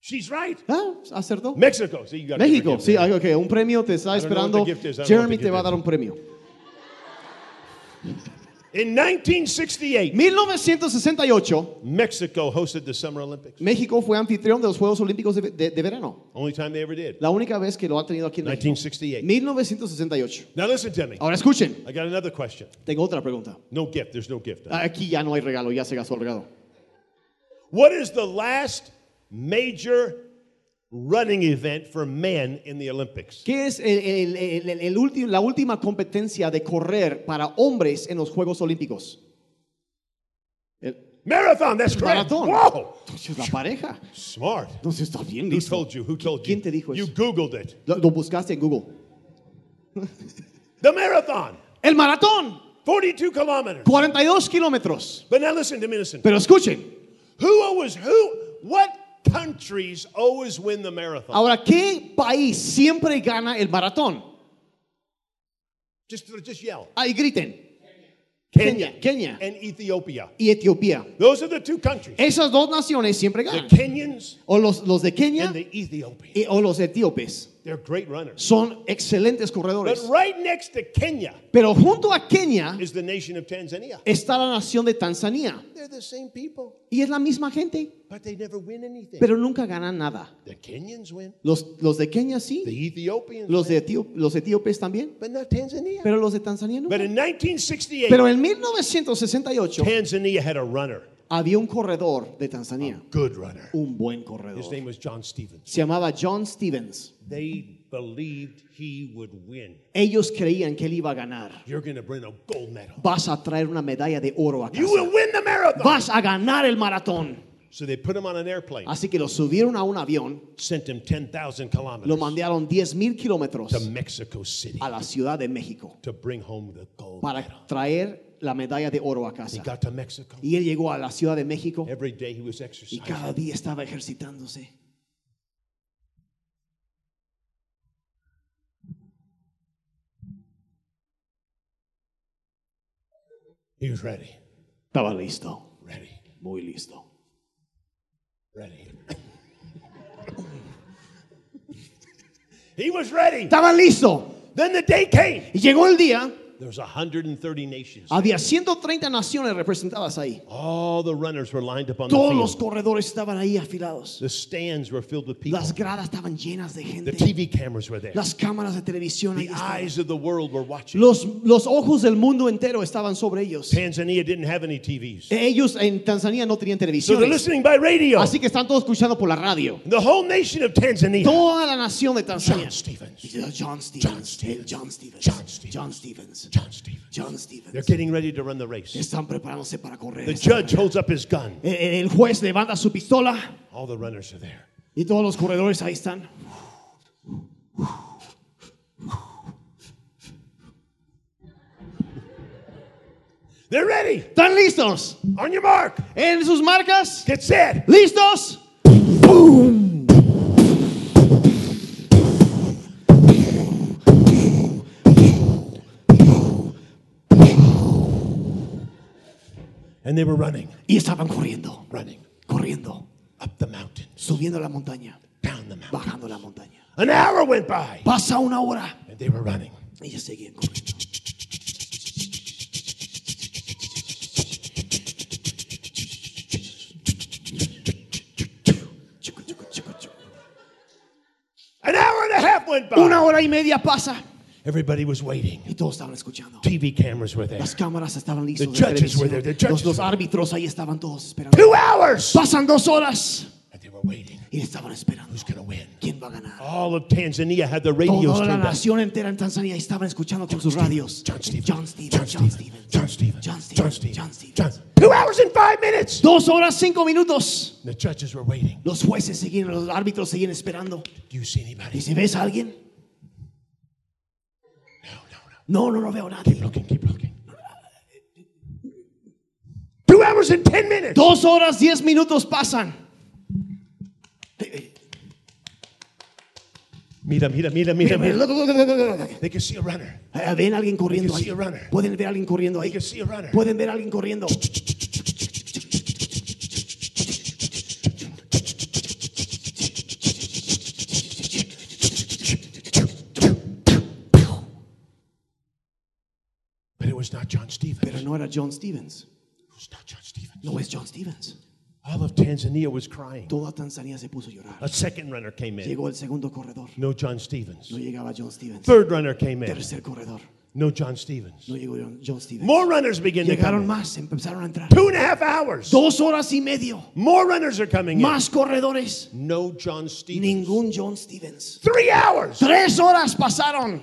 She's right. ¿Ah? ¿Acertó? Mexico. See, you got México. Sí, ah, ok, un premio te está I don't know esperando. what the gift is, I don't know what Jeremy the te va a gift dar un premio. In 1968, 1968, Mexico hosted the Summer Olympics. México fue anfitrión de los Juegos Olímpicos de, de- de verano. Only time they ever did. La única vez que lo ha tenido aquí en México. 1968. 1968. Now listen to me. Ahora escuchen, I got another question. tengo otra pregunta. No gift. There's no gift. Aquí ya no hay regalo, ya se gastó el regalo. What is the last major running event for men in the Olympics? ¿Qué es el, el- el- el- el ulti- la última competencia de correr para hombres en los Juegos Olímpicos? El Marathon. That's correct. maratón. Whoa. Entonces la pareja. Smart. Entonces está bien Who listo. told you? Who told you? ¿Quién te dijo You eso? Googled it. Lo, lo buscaste en Google. The marathon. El maratón, 42 kilometers. 42 kilómetros. But now listen to me. Listen. Pero escuchen, Who always? Who? What countries always win the marathon? ahora, ¿qué país siempre gana el maratón? Just, just yell. Ahí griten. Kenia, Kenia and Ethiopia. y Etiopía. Those are the two countries Esas dos naciones siempre the ganan. Kenyans O los, los de Kenia and the Ethiopians. y- o los etíopes. They're great runners. Son excelentes But corredores. right next to Kenya Pero junto a Kenia is the nation of Tanzania. está la nación de Tanzania. They're the same people, Y es la misma gente, but they never win anything. pero nunca ganan nada. The Kenyans win, Los, los de Kenia the sí, Ethiopians los, win, de Etio- los etíopes también, but not Tanzania. pero los de Tanzania no. But in 1968, Pero en 1968 Tanzania had a runner, había un corredor de Tanzania, good runner. un buen His corredor. name was John Stevens. Se llamaba John Stevens. They believed he would win. Ellos creían que él iba a ganar. You're going to bring a gold medal. Vas a traer una medalla de oro a You casa. will win the marathon. Vas a ganar el maratón. So they put him on an airplane, Así que lo subieron a un avión, sent him 10,000 lo kilometers mandaron 10 mil to kilómetros Mexico City a la Ciudad de México to bring home the gold medal. para traer la medalla de oro a He casa. got to Mexico. Y él llegó a la Ciudad de México Every day he was y exercising. cada día estaba ejercitándose. He was ready, Estaba listo, ready, muy listo. ready. he was ready. Estaba listo. Then the day came. Y llegó el día, There's 130 nations. había 130 naciones representadas ahí. All the runners were lined up on the Todos los field. corredores estaban ahí afilados. The stands were filled with people. Las gradas estaban llenas de The gente. TV cameras were there. Las cámaras de televisión ahí The estaban. eyes of the world were watching. Los, los ojos del mundo entero estaban sobre ellos. Tanzania didn't have any TVs. Ellos en Tanzania no tenían So they're televisión. listening by radio. Así que están todos escuchando por la radio. The whole nation of Tanzania. Toda la nación de Tanzania. John Stevens. John Stevens. el John Stevens. John Stevens. John Stevens. John Stevens. John They're Stevens. getting ready to run the race. Están preparándose para correr. The esta judge carrera. holds up his gun. El- el el juez levanta su pistola. All the runners are there. Y todos los corredores ahí están. They're ready. ¿Están listos? On your mark. ¿En sus marcas? Get set. ¿Listos? And they were running, Y estaban corriendo, running corriendo, up the mountain, subiendo la montaña, down the mountain. bajando la montaña. An hour went by, Pasa una hora and they were running. y ellos seguían corriendo. Chucu, chucu, chucu, chucu. An hour and a half went Una by. hora y media pasa Everybody was waiting. y todos estaban escuchando. TV cameras were there. Las cámaras estaban listas. The judges were there, the judges Los, los were there. árbitros ahí estaban todos esperando. Two hours. Pasan dos horas And they were waiting. y estaban esperando. Who's going to win? ¿Quién va a ganar? All of Tanzania had their radios Toda la turned up. nación entera en Tanzania estaban escuchando con sus radios. John Stevens. John Stevens. John Stevens. John John Stevens. John Stevens. Stevens. John Stevens. John- Two hours and five minutes. Dos horas, cinco minutos. The judges were waiting. Los jueces seguían, los árbitros seguían esperando. Do you see anybody? ¿Y si ves a alguien? No, No, no, no. no, no veo a nadie. Keep looking. Keep looking. Two hours and ten minutes. Dos horas, diez minutos pasan. Mira, mira, mira, mira, mira. Eh, They can see a runner. Ven a alguien corriendo ahí. see a runner. Pueden ver a alguien corriendo They ahí. can see a runner. Pueden ver a alguien corriendo. But it was not John Pero Stevens. no era John Stevens. It was not John Stevens. No es John Stevens. All of Tanzania was crying. Toda Tanzania se puso a llorar. A second runner came in. Llegó el segundo corredor. No John Stevens. No llegaba John Stevens. Third runner came in. Tercer corredor. No John Stevens. No llegó John, John Stevens. More runners begin to come Llegaron in. más. Empezaron a entrar. Two and a half hours. Dos horas y medio. More runners are coming in. Más corredores. No John Stevens. Ningún John Stevens. Three hours. Tres horas pasaron.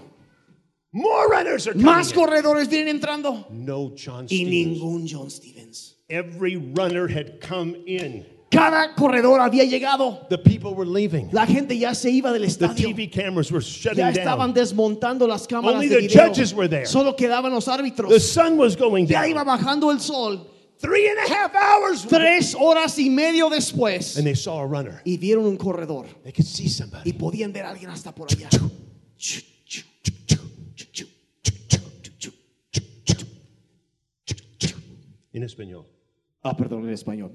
More runners are coming Más in. corredores vienen entrando. No John Y Stevens. ningún John Stevens. Every runner had come in. Cada corredor había llegado. The people were leaving. La gente ya se iba del The estadio. TV cameras were Ya shutting estaban down. desmontando las cámaras Only de the video. judges were there. Solo quedaban los The árbitros. sun was going Ya iba down. bajando el sol. Three and a half hours. Tres horas y medio después And they saw a runner. y vieron un corredor They could see y somebody. podían ver a alguien hasta por allá. en español. Ah, perdón, en español.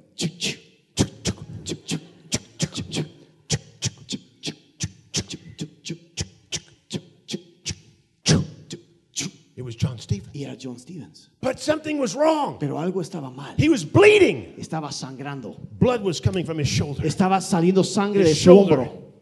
It was John Stevens. Y era John Stevens. But something was wrong. Pero algo estaba mal. He was bleeding. Estaba sangrando. Blood was coming from his shoulder, Estaba saliendo sangre de his su shoulder, hombro.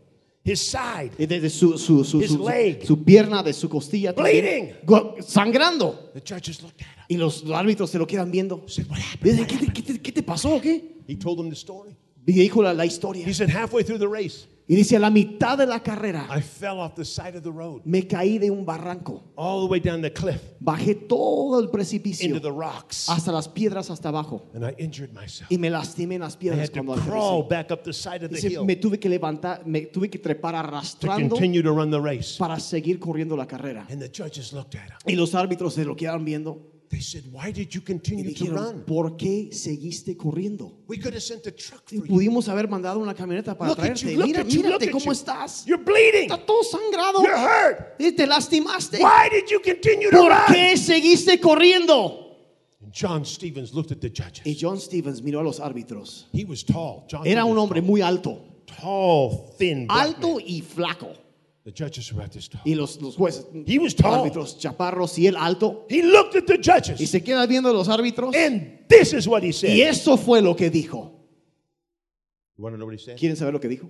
his side. De, de su, su, su, His su, su- leg. su pierna, de su costilla. Bleeding. Go- Sangrando. The judges looked at Y him. los árbitros se lo quedan viendo. Said, "What happened?" Dicen, ¿qué te, qué te- qué te pasó o qué? He told them the story. Y dijo la, la historia. He said, halfway through the race, Y dice, a la mitad de la carrera I fell off the side of the road, me caí de un barranco. all the way down the cliff, Bajé todo el into precipicio the rocks, hasta las piedras hasta abajo. and I injured myself. Y me lastimé en las I piedras had to cuando crawl aterricé. back up the side of the Dice, hill me tuve que levantar, me tuve que trepar to arrastrando continue to run the race. para seguir corriendo la carrera. And the judges looked at him. Y los árbitros se lo quedaron viendo They said, Why did you y continue to dijeron, run? ¿por qué seguiste corriendo? We could have sent a truck for Y you. pudimos haber mandado una camioneta para Look at traerte. you, look Mira, at you, look mírate at cómo you. estás. You're bleeding. Está todo sangrado. You're hurt. Y te lastimaste. Why did you continue to ¿Por run? qué seguiste corriendo? And John Stevens looked at the Y judges. John Stevens miró a los árbitros. He was tall. John Era Stevens, un hombre muy alto. tall, thin, black man. Alto y flaco. The judges were about this tall. Y los, los jueces, He was tall. árbitros chaparros y él alto. He looked at the Y judges, se queda viendo a los árbitros. and this is what he said. Y eso fue lo que dijo. You want to know what he said? ¿Quieren saber lo que dijo?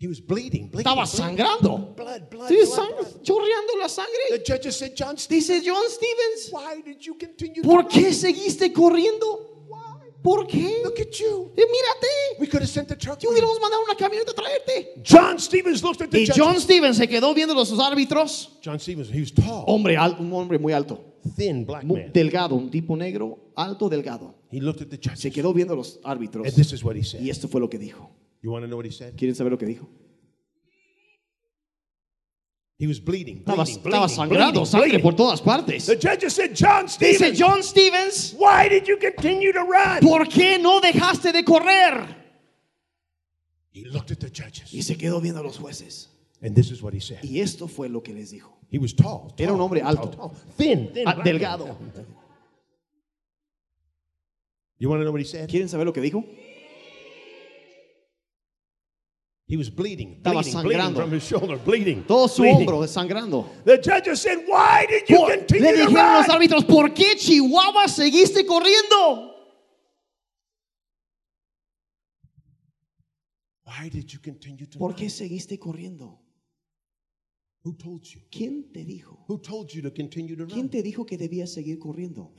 He was bleeding, bleeding, Estaba bleeding. sangrando. blood, blood, Sí, blood, sangre, blood. chorreando la The sangre. judges said, John Stevens, Dice John Stevens, why did you continue to ¿por run? qué seguiste corriendo? ¿Por qué? Look at you. Eh, mírate, We could have sent the truck. te for you." hubiéramos mandado una camioneta a traerte. John Stevens looked at the Y judges. John Stevens se quedó viendo a los árbitros. John Stevens, he was tall, Hombre, al- un hombre muy alto, thin, black muy man. delgado, un tipo negro, alto, delgado. He looked at the Se judges, quedó viendo a los and árbitros. this is what he said. Y esto fue lo que dijo. You want to know what he said? ¿Quieren saber lo que dijo? He was bleeding, Estaba, estaba bleeding, bleeding, sangrando, bleeding, sangre bleeding. por todas partes. The judges said, John Dice Stevens, John Stevens, why did you continue to run? ¿por qué no dejaste de correr? He looked at the judges, Y se quedó viendo a los jueces. and this is what he said. Y esto fue lo que les dijo. He was tall. Era un tall, hombre tall, alto. tall. Thin, thin. Ah, black man. delgado. You want to know what he said? ¿Quieren saber lo que dijo? He was bleeding, Estaba bleeding, bleeding sangrando. from his shoulder, bleeding. Todo su bleeding. hombro desangrando. The judges said, Why did you Por- continue le to dijeron los run? árbitros, ¿por qué Chihuahua seguiste corriendo? Why did you continue to ¿Por run? qué seguiste corriendo? Who told you? ¿Quién te dijo? Who told you to continue to ¿Quién run? te dijo que debías seguir corriendo?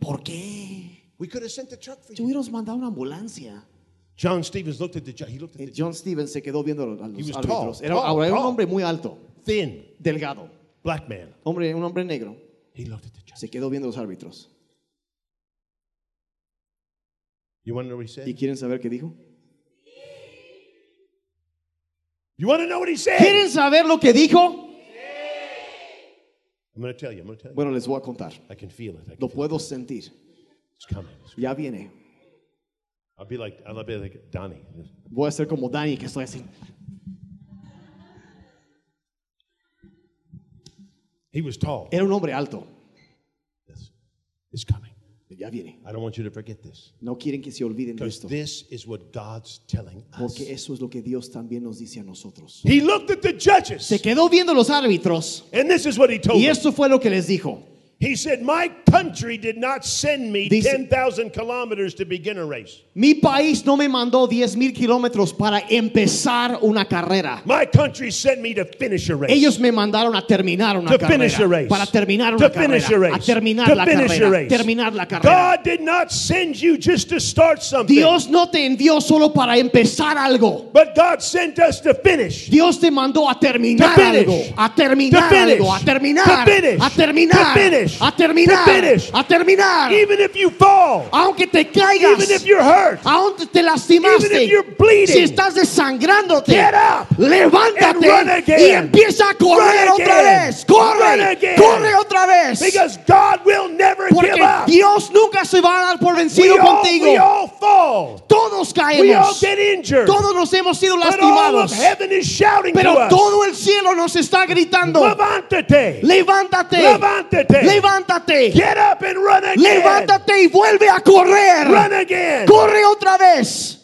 ¿Por qué? We could have sent the truck for Te you. hubiéramos mandado una ambulancia. John Stevens looked at the judge. He looked at Eh, the John Stevens se quedó viendo a los- a los was árbitros. tall, Era, tall, ahora era un tall. hombre muy alto, thin delgado, black man. hombre, un hombre negro. He looked at the judge. Se quedó viendo a los árbitros. You want to know what ¿Y he said? quieren saber qué dijo? You want to know what he said? ¿Quieren saber lo que dijo? I'm going to tell you. I'm going to tell you. Bueno, les voy a contar. I can feel it. I can Lo feel it. puedo sentir. It's coming. Ya viene. I'll be like I'll be like Donnie. Voy a ser como Dani, que estoy así. He was tall. Era un hombre alto. Yes. It's coming. Ya viene. I don't want you to forget this. No quieren que se olviden de Because esto. this is what God's telling us. Porque eso es lo que Dios también nos dice a nosotros. He looked at the judges, Se quedó viendo los árbitros and this is what he told y them. esto fue lo que les dijo. He said, My country did not send me Dice- 10,000 kilometers to begin a race. Mi país no me mandó 10 mil kilómetros para empezar una carrera. My country sent me to finish a race. Ellos me mandaron a terminar una To carrera. finish a race. Para terminar to una finish a carrera. A race. terminar to la finish a carrera. race. Terminar la carrera. God did not send you just to start something, Dios no te envió solo para empezar algo. but God sent us to finish. Dios te mandó a terminar To finish. algo, a terminar To finish. algo, a terminar, To finish. a terminar, To finish. a terminar, To finish. a terminar. Even if you fall, Aunque te caigas, even if you're hurt, aún te- te lastimaste, Even if you're bleeding, si estás desangrándote, get up and run levántate again. y empieza a correr Run otra again. vez. Run Corre, again. corre otra vez. because God will never give Porque up. Dios nunca se va a dar por We vencido all, we contigo. all fall. Todos We all caemos. get injured. Todos nos hemos sido But all of lastimados. heaven is shouting to Pero us. todo el cielo nos está gritando. Levántate. Levántate. Levántate. Levántate. Get up and run again. Levántate y vuelve a correr. Run again. Corre otra vez.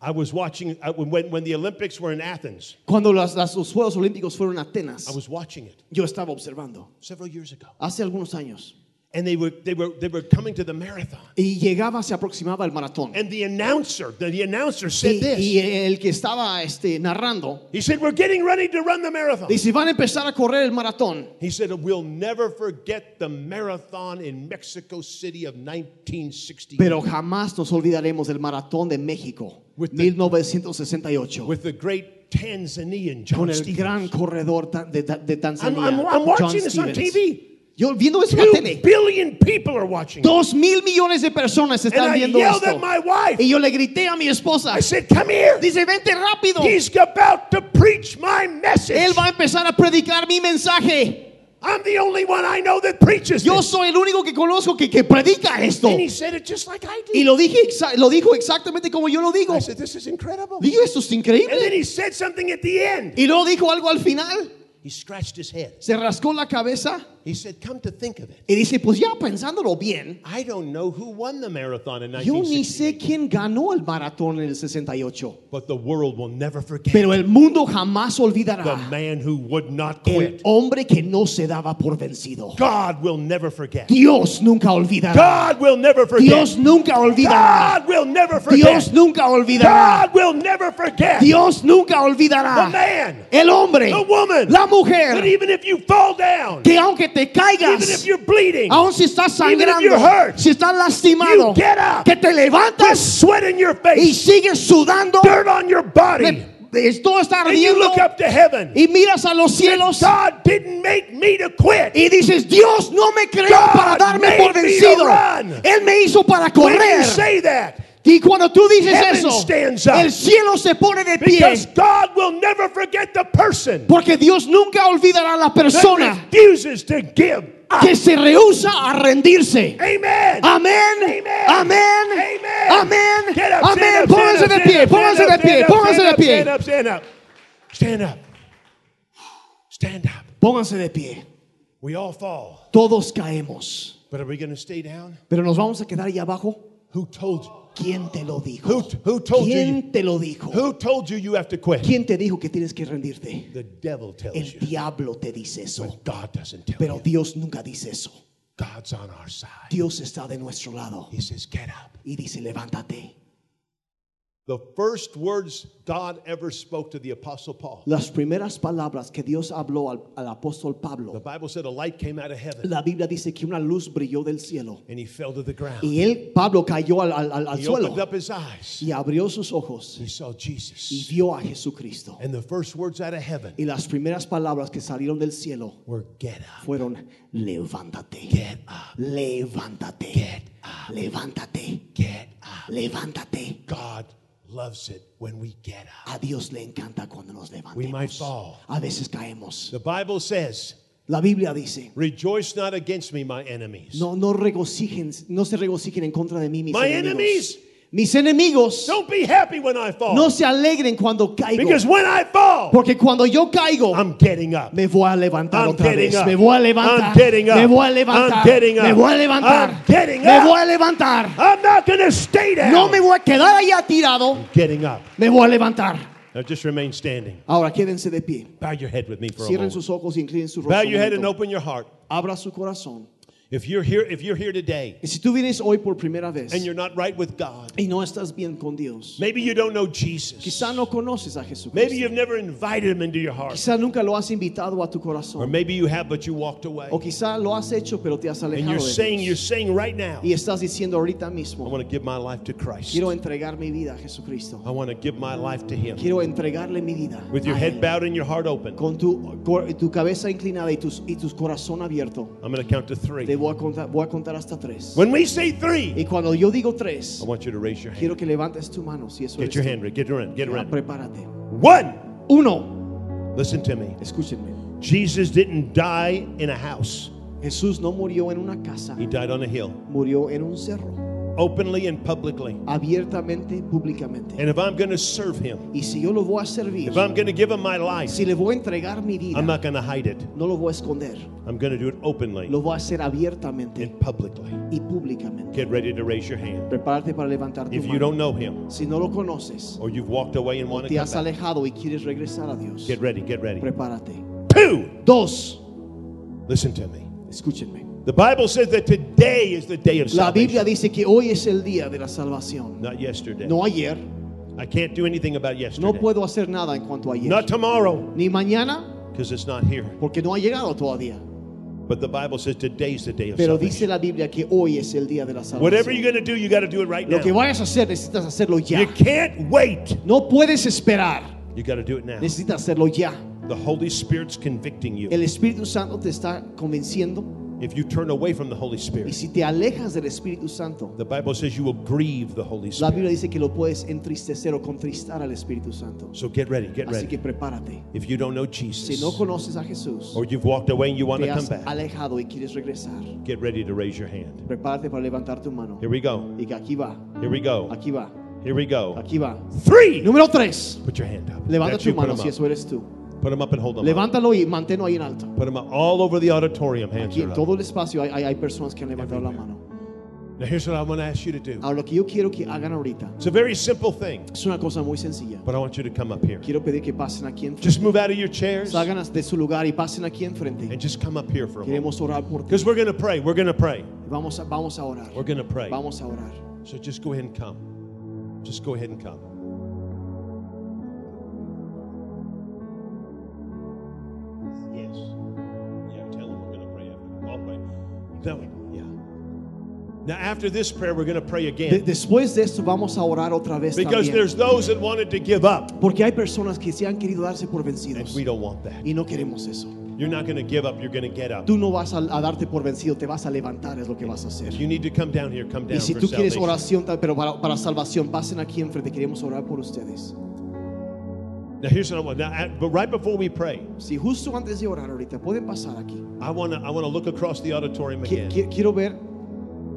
I was watching I, when, when the Olympics were in Athens. Cuando las- las- los Juegos Olímpicos fueron a Atenas, I was watching it yo estaba observando several years ago. hace algunos años And they were, they were, they were coming to the marathon. y llegaba, se aproximaba el maratón. And the announcer, the, the announcer Y, said this. y el que estaba este, narrando he said, We're getting ready to run the marathon. dice: Van a empezar a correr el maratón. He said, We'll never forget the marathon in Mexico City of 1960 Pero jamás nos olvidaremos del maratón de México, With the- 1968, with the great Tanzanian John con el Stevens. gran corredor ta- de, ta- de I'm, Tanzania. I'm- I'm watching John this on Stevens. TV. Yo viendo esto en la Two tele. billion people are watching. it. Dos mil millones de personas And están I viendo yelled at esto. my wife. Y yo le grité a mi esposa. I said, Come here. Dice, vente rápido. He's about to preach my message. Él va a empezar a predicar mi mensaje. I'm the only one I know that preaches Yo this. soy el único que conozco que, que predica esto. And he said it just like I Y did. lo, dije exa- lo dijo exactamente como yo lo digo. I said, This is incredible. Digo, esto es And then increíble. he said something at the end. Y luego dijo algo al final. He scratched his head. Se rascó la cabeza He said, Come to think of it. y dice, pues ya pensándolo bien, I don't know who won the marathon in yo ni 1960, sé quién ganó el maratón en el 68. but the world will never forget Pero el mundo jamás the olvidará man who would not el quit. hombre que no se daba por vencido. God will never forget. Dios nunca olvidará. God will never forget. Dios nunca olvidará. God will never Dios forget. nunca olvidará. God will never forget the Dios nunca olvidará. man, El hombre, the woman, la that mujer, even if you fall down, que aunque te even if caigas, you're bleeding, aun si estás even if sangrando, you're hurt, si estás you lastimado, get up que te with levantas sweat in your y face, sigues sudando, dirt on your body, Me- esto está and you ardiendo look up to heaven. y miras a los cielos God didn't make me to quit. y dices, Dios no me creó God para darme made por me to vencido. run. Él me hizo para When you correr. say that, Y cuando tú dices Heaven eso, stands up. el cielo se pone de because pie. God will never forget the person Porque Dios nunca olvidará a la that persona refuses to give up. que se rehúsa a rendirse. Amen. Amén, amén, Amen. amén, Get up, amén. stand up, Pónganse stand de up, pie, stand up, pónganse de stand pie, up, pónganse de stand pie. up, Stand up, stand up, stand up. Stand up. Pónganse de pie. We all fall, Todos caemos. but are we going to stay down? Pero nos vamos a quedar ahí abajo. Who told you? ¿Quién te lo dijo? Who, who told you? ¿Quién te lo dijo? Who told you you have to quit? ¿Quién te dijo que tienes que rendirte? The devil tells El you. diablo te dice eso, But God doesn't tell pero you. Dios nunca dice eso. God's on our side. Dios está de nuestro lado He says, get up. y dice, levántate. The first words God ever spoke to the Apostle Paul. Las primeras palabras que Dios habló al, al apóstol The Pablo, Bible said a light came out of heaven la Biblia dice que una luz brilló del cielo and he fell to the ground. y él, Pablo, cayó al, al- al- al He suelo opened up his eyes. y abrió sus ojos He saw y Jesus. vio a Jesucristo. And the first words out of heaven Y las primeras palabras que salieron del cielo were get up. fueron, levántate. Get up. Levántate. Levántate. Get up. Levántate. God loves it when we get up. A Dios le encanta cuando nos We levantamos. might fall. A veces caemos. The Bible says, La Biblia dice, rejoice not against me, my enemies. no, no regocijen, no se regocijen en contra de mí mis My enemigos. enemies. Mis enemigos Don't be happy when I no fall. se alegren cuando caigo. Because when I fall, Porque cuando yo caigo, I'm getting up. me voy a levantar I'm otra getting vez. up. Me voy a I'm levantar. getting up. Me voy a levantar. I'm getting up. Me voy a levantar. I'm getting me up. voy a levantar. I'm not going to stay down. No me voy a quedar allá tirado. Getting up. Me voy a levantar. Now just remain standing. Ahora quédense de pie. Bow your head with me for a Cierren moment. sus ojos y inclinen su Bow rostro. un your head and momento. open your heart. Abra su corazón. If you're here, if you're here today Y si tú vienes hoy por primera vez and you're not right with God, y no estás bien con Dios, maybe you don't know Jesus. quizá no conoces a Jesucristo. Maybe you've never invited him into your heart. Quizá nunca lo has invitado a tu Or corazón. maybe you have but you walked away. O quizá lo has hecho pero te has And alejado you're saying de you're Dios. saying right now, Y estás diciendo ahorita I mismo, want to give my life to Christ. quiero entregar mi vida a Jesucristo. I want to give my life to him. Quiero entregarle mi vida. With your a head Él. bowed and your heart open. Con tu, cor- tu cabeza inclinada y tu, y tus corazón abierto, I'm going to count to te three. voy a contar, voy a contar hasta tres. When we say three, Y cuando yo digo tres, I want you to raise your hand. quiero que levantes tu mano si eso Get eres your tú. hand, ra- get your hand, get Ah, around. prepárate. One, Uno, listen to me. escúchenme. Jesus didn't die in a house. Jesús no murió en una casa, He died on a hill. murió en un cerro. openly and publicly. abiertamente, públicamente. And if I'm going to serve him, Y si yo lo voy a servir, if I'm going to give him my life, si le voy a entregar mi vida, I'm not going to hide it. no lo voy a esconder, I'm going to do it openly lo voy a hacer abiertamente and publicly. y públicamente. Get ready to raise your hand. Prepárate para levantar tu If you mano. don't know him Si no lo conoces, or you've walked away and want to te come has back, alejado y quieres regresar a Dios, get ready, get ready. prepárate. Two, Dos, listen to me. escúchenme. The Bible says that today is the day of La Biblia salvation, dice que hoy es el día de la salvación. not yesterday. No ayer, I can't do anything about no yesterday. puedo hacer nada en cuanto a ayer. Not tomorrow, Ni mañana, because it's not here. porque no ha llegado todavía. But the Bible says today's the day of Pero salvation. dice la Biblia que hoy es el día de la Whatever salvación. you're going to do, you got to do it right Lo que now. vayas a hacer, necesitas hacerlo You ya. can't wait. No puedes esperar, You got to do it now. necesitas hacerlo ya. The Holy Spirit's convicting you. El Espíritu Santo te está convenciendo If you turn away from the Holy y Spirit, si te alejas del Espíritu Santo, the Bible says you will grieve the Holy la Biblia Spirit. dice que lo puedes entristecer o contristar al Espíritu Santo. So get ready, get Así que ready. prepárate. If you don't know Si Jesus, no conoces a Jesús, or you've walked away and you want te to come has back, alejado y quieres regresar, get ready to raise your hand. prepárate para levantar tu mano. Here we go. Y que aquí va, Here we go. aquí va, Here we go. aquí va. Three. Número 3. Put your hand up. Levanta That's tu you. Put mano si 'em eso eres tú. up. Put 'em up and hold them. Up. Levántalo y manténlo ahí en alto. Put 'em up all over the auditorium. Hands Aquí en are up. todo el espacio hay, hay, hay personas que han levantado la mano. Now here's what I want to ask you to do. Ahora lo que yo quiero que hagan ahorita It's a very simple thing, es una cosa muy sencilla. but I want you to come up here. Quiero pedir que pasen aquí enfrente. Just move out of your chairs and Salgan de su lugar y pasen aquí enfrente. just come up here for a moment. Queremos orar por ti. Because we're going to pray. We're going to pray. Vamos a, vamos a orar. We're going to pray. Vamos a orar. So just go ahead and come. Just go ahead and come. Yes. Yeah, tell them we're going to pray after. I'll pray. No, yeah. Now, after this prayer, we're going to pray De- again. después de esto vamos a orar otra vez Because también. there's those that wanted to give up, Porque hay personas que se han querido darse por and vencidos we don't want that. y no queremos eso. You're not going to give up, you're going to get up. Tú no vas a, a darte por vencido, te vas a levantar es lo que vas a hacer. If you need to come down here, come down. Y si for tú quieres oración, salvation. tal- pero para, para salvación, pasen aquí enfrente. Queremos orar por ustedes. Now, here's what I want. Now, I- but right before we pray, Si justo antes de orar ahorita pueden pasar aquí. I want to I want to look across the auditorium Qui- again. qui- quiero ver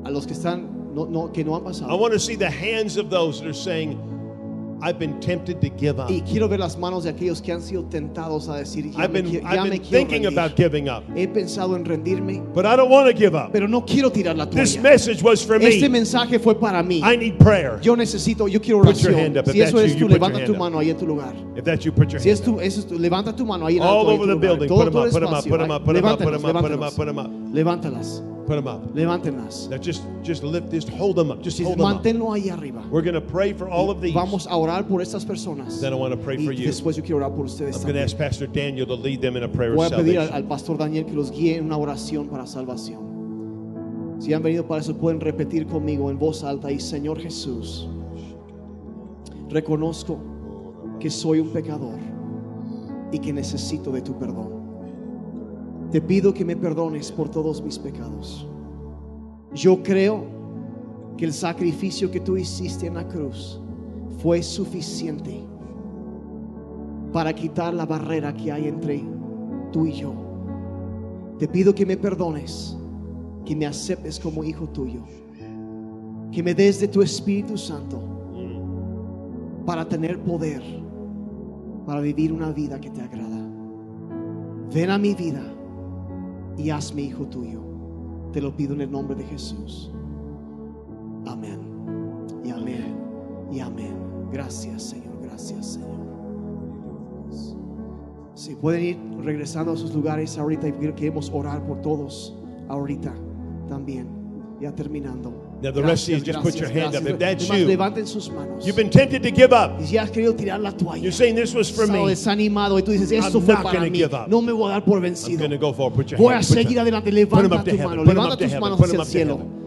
a los que están no, no, que no han I pasado want to see the hands of those that are saying, "I've been tempted to give up. y quiero ver las manos de aquellos que han sido tentados a decir ya I've me, qui- been ya I've me been quiero thinking rendir. about giving up, he pensado en rendirme but I don't want to give up. pero no quiero tirar la This toalla message was for este me. mensaje fue para mí I need prayer. yo necesito yo quiero Put oración your hand up. If si eso that's es you, tú you put your levanta tu hand up. mano ahí en tu lugar If that's you, put your si hand es up. tú, eso es tú, levanta tu mano ahí en all alto, ahí en over the tu lugar. building. Todo- Put them todo up. el Put them up. espacio. Put them up. Put them up. Put them up. Put them up. Put them up. Levántalas, levántalas, Put them up. levántenlas. Now just just lift this. Hold them up. Just Si- hold them up. manténlo ahí arriba We're gonna pray for all of these. vamos a orar por estas personas Then I want to pray y for you. después yo quiero orar por ustedes I'm también. gonna ask Pastor Daniel to lead them in a prayer Voy of a pedir al, salvation. al pastor Daniel que los guíe en una oración para salvación. Si han venido para eso, pueden repetir conmigo en voz alta y Señor Jesús, reconozco que soy un pecador y que necesito de tu perdón. Te pido que me perdones por todos mis pecados. Yo creo que el sacrificio que tú hiciste en la cruz fue suficiente para quitar la barrera que hay entre tú y yo. Te pido que me perdones, que me aceptes como hijo tuyo, que me des de tu Espíritu Santo para tener poder, para vivir una vida que te agrada. Ven a mi vida y hazme hijo tuyo. Te lo pido en el nombre de Jesús. Amén. Y amén. Y amén. Gracias, Señor. Gracias, Señor. Si pueden ir regresando a sus lugares ahorita y queremos orar por todos ahorita también, ya terminando. Now the rest of you, just put your hand up. If that's Además, you, levanten sus manos. You've been tempted to give up. y si has querido tirar la toalla, You're saying this was for estado me. desanimado y tú dices, esto I'm fue not para gonna mí, give up. no me voy a dar por I'm vencido. going to go forward. Put your Voy a hand. Put seguir your, adelante, Put 'em levanta up to tu heaven. mano, Put 'em levanta up to tus heaven. manos Put 'em hacia el up to cielo.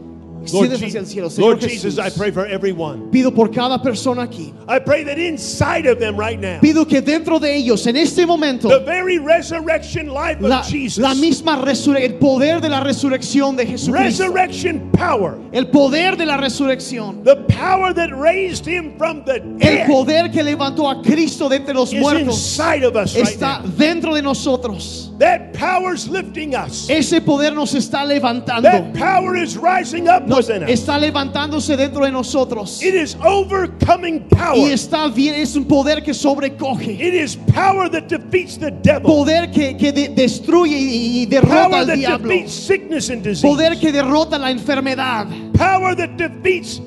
Lord, Extiendes hacia el cielo, Jesus, Señor Lord Jesús. Jesus, I pray for everyone. Pido por cada persona aquí. I pray that inside of them right now, Pido que dentro de ellos, en este momento, the very resurrection life la, of Jesus, la misma resurrección, el poder de la resurrección de Jesucristo, resurrection power, el poder de la resurrección, the power that raised him from the el dead, poder que levantó a Cristo de entre los is muertos, inside of us right está now. dentro de nosotros. That power's lifting us. Ese poder nos está That levantando. power is rising up us and us. está levantándose dentro de nosotros. It is overcoming power. Y está bien, es un poder que sobrecoge. It is power that defeats the devil. Poder que, que de- destruye y, y derrota Power al that diablo. defeats sickness and disease. Poder que derrota la enfermedad. Power that defeats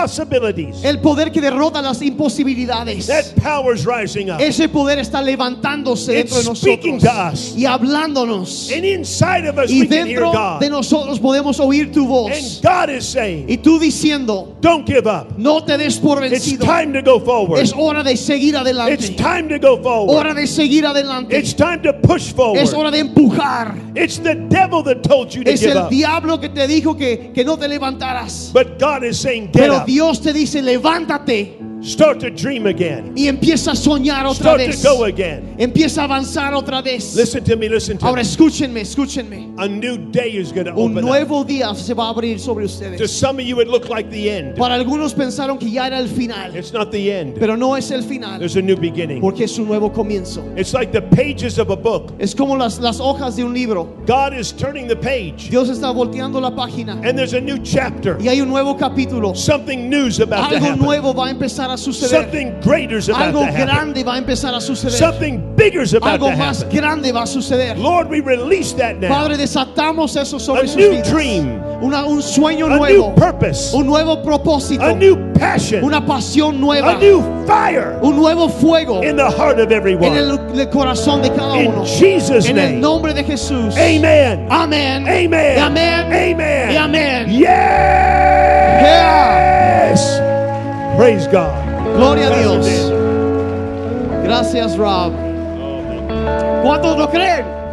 impossibilities. El poder que derrota las imposibilidades. That power is rising up. Ese poder está levantándose It's dentro de speaking to us. nosotros y hablándonos. And inside of us, Y we can hear dentro God. de nosotros podemos oír tu And voz. God is saying, Y tú diciendo, don't give up. no te des por It's vencido. time to go forward. Es hora de seguir It's adelante. time to go forward. Hora de seguir adelante. It's time to push Es forward. hora de empujar. It's the devil that told you to Es give el up. diablo que te dijo que, que no te levantaras. But God is saying, get Pero up. Dios te dice, levántate Start to dream again. y empieza a soñar otra Start to vez. go again. Empieza a avanzar otra vez. Listen to me, listen to Ahora me. escúchenme, escúchenme. A new day is going to Un open up. nuevo día se va a abrir sobre To ustedes. some of you, it looked like the end. Para algunos pensaron que ya era el final, It's not the end. pero no es el final, There's a new beginning. porque es un nuevo comienzo. It's like the pages of a book. Es como las, las hojas de un libro. God is turning the page, Dios está volteando la página and there's a new chapter. y hay un nuevo capítulo. Something new's about to Algo happen. nuevo va a empezar a suceder. Something greater's about Algo to happen. grande va a empezar a suceder. Something bigger's about Algo to más happen. grande va a suceder. Lord, we release that now. Padre, desatamos eso sobre A sus new vidas. dream. Una- un sueño A new nuevo, purpose, un nuevo propósito, a new passion, una pasión a nueva, new fire un nuevo fuego in the heart of en everyone. el, el corazón de cada In uno. Jesus' En el name. nombre de Jesús. Amen. Amén. Amen. Y Amén. Amen. Y amén. Yes. Praise God. Gloria a Pastor Dios. Dan. Gracias, Rob. ¿Cuántos lo creen?